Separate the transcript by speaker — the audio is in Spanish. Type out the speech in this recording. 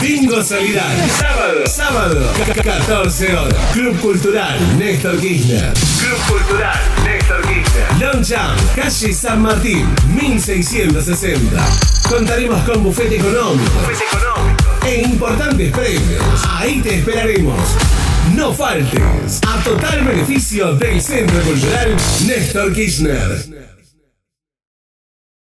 Speaker 1: Bingo Solidario. Sábado. Sábado. ca- ca- 14 horas. Club Cultural Néstor Kirchner. Club Cultural Néstor Kirchner. Longchamp, calle San Martín, 1660. Contaremos con bufete económico. Bufete económico. E importantes premios. Ahí te esperaremos. No faltes. A total beneficio del Centro Cultural Néstor Kirchner.